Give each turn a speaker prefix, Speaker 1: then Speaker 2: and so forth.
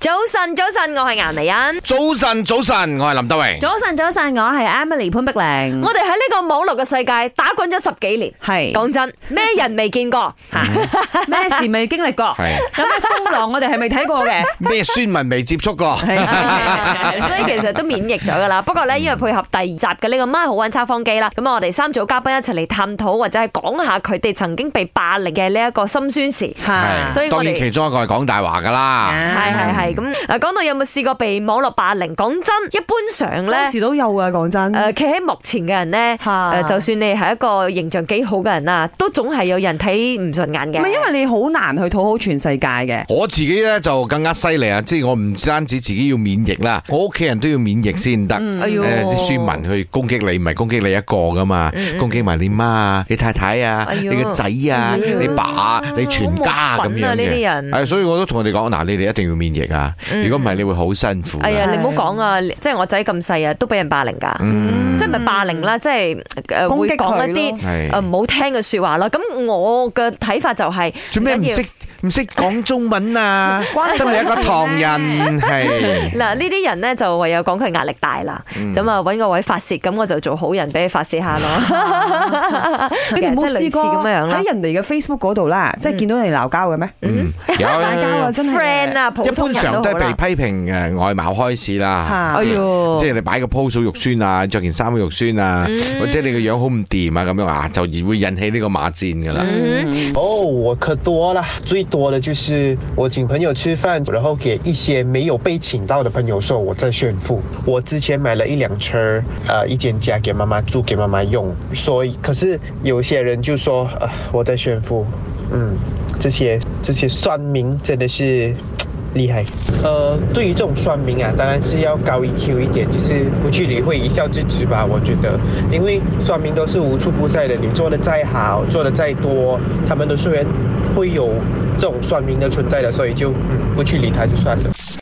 Speaker 1: 早晨，早晨，我係顏美欣。
Speaker 2: 早晨，早晨，我係林德榮。
Speaker 3: 早晨，早晨，我係 Emily 潘碧玲。
Speaker 1: 我哋喺呢個網絡嘅世界打滾咗十幾年，
Speaker 3: 嗯係
Speaker 1: 講真，咩人未見 過？
Speaker 3: 咩事未經歷過？
Speaker 2: 係
Speaker 3: 有咩風浪我哋係未睇過嘅？
Speaker 2: 咩孫文未接觸過？
Speaker 1: 所以其實都免疫咗噶啦。不過呢，因為配合第二集嘅呢個《媽好揾測謊機》啦，咁我哋三組嘉賓一齊嚟探討或者係講下佢哋曾經被霸凌嘅呢一個心酸事。
Speaker 2: 係
Speaker 1: 所以我
Speaker 2: 當然
Speaker 1: 哋啊
Speaker 2: 其中一個係講大話噶啦。
Speaker 3: 嗯
Speaker 1: 係係係咁。誒，講到有冇試過被網絡霸凌？講真，一般上呢
Speaker 3: 真。時都有啊，講真。
Speaker 1: 誒，企喺幕前嘅人咧，
Speaker 3: 嚇
Speaker 1: 誒，就算你係一個形象幾好嘅人啊，都總係有人睇唔順眼嘅。
Speaker 3: 唔係因為你好難去討好全世界嘅。
Speaker 2: 我自己咧就更加犀利啊！即係我唔單止自己要免疫啦，我屋企人都要免疫先得。
Speaker 1: 嗯哎呦
Speaker 2: 嗯
Speaker 1: 嗯
Speaker 2: 誒啲孫文去攻擊你，唔係攻擊你一個噶嘛，攻擊埋你媽啊、你太太啊、
Speaker 1: 哎呦
Speaker 2: 你個仔啊、
Speaker 1: 哎呦
Speaker 2: 你爸啊、你全家
Speaker 1: 好
Speaker 2: 咁
Speaker 1: 冇品
Speaker 2: 樣
Speaker 1: 啊呢啲
Speaker 2: 嘅。哎
Speaker 1: 人嗯
Speaker 2: 係，所以我都同佢哋講嗱，你哋一定要免疫啊！如果唔係，你會好辛苦
Speaker 1: 哎呀，
Speaker 2: 㗎。
Speaker 1: 你唔好講啊！即係我仔咁細啊，都俾人霸凌㗎，
Speaker 2: 嗯
Speaker 1: 即係咪霸凌啦？即係誒
Speaker 3: 攻
Speaker 1: 會
Speaker 3: 擊佢
Speaker 1: 講一啲呃
Speaker 2: 係
Speaker 1: 誒唔好聽嘅説話啦。咁我嘅睇法就係
Speaker 2: 做咩唔
Speaker 1: 緊要
Speaker 2: 識唔識講中 文啊？
Speaker 3: 關
Speaker 2: 身為一個唐人係。
Speaker 1: 嗱，呢啲人咧就唯有講佢壓力大啦，
Speaker 2: 嗯
Speaker 1: 咁啊揾個位發泄，咁我就做好人俾佢發泄下
Speaker 3: 啊
Speaker 1: 咯。
Speaker 3: 你哋冇
Speaker 1: 即係類似
Speaker 3: 試過
Speaker 1: 咁樣啦
Speaker 3: 喺人哋嘅 Facebook 嗰度啦，即係見到你鬧交嘅咩？
Speaker 2: 嗯，有
Speaker 3: 打交啊，真係
Speaker 1: friend 啊，普
Speaker 2: 一
Speaker 1: 通
Speaker 2: 般
Speaker 1: 人
Speaker 2: 上都
Speaker 1: 好啦
Speaker 2: 係。被批評誒外貌開始啦
Speaker 3: 嚇，
Speaker 2: 即係
Speaker 1: 哎呦
Speaker 2: 即係你擺個 pose 好肉酸啊，着件衫好肉酸啊，
Speaker 1: 嗯
Speaker 2: 或者你個樣好唔掂啊咁樣啊，就而會引起呢個罵戰噶啦。
Speaker 4: 哦，我可多了，最多的就是我请朋友吃饭，然后给一些没有被请到的朋友说我在炫富。我之前买了一辆车，呃，一间家给妈妈住，给妈妈用。所以，可是有些人就说，呃，我在炫富。嗯，这些这些酸民真的是。厉害，呃，对于这种酸民啊，当然是要高 EQ 一点，就是不去理会，一笑置之吧。我觉得，因为酸民都是无处不在的，你做的再好，做的再多，他们都是会会有这种酸民的存在的，所以就、嗯、不去理他就算了。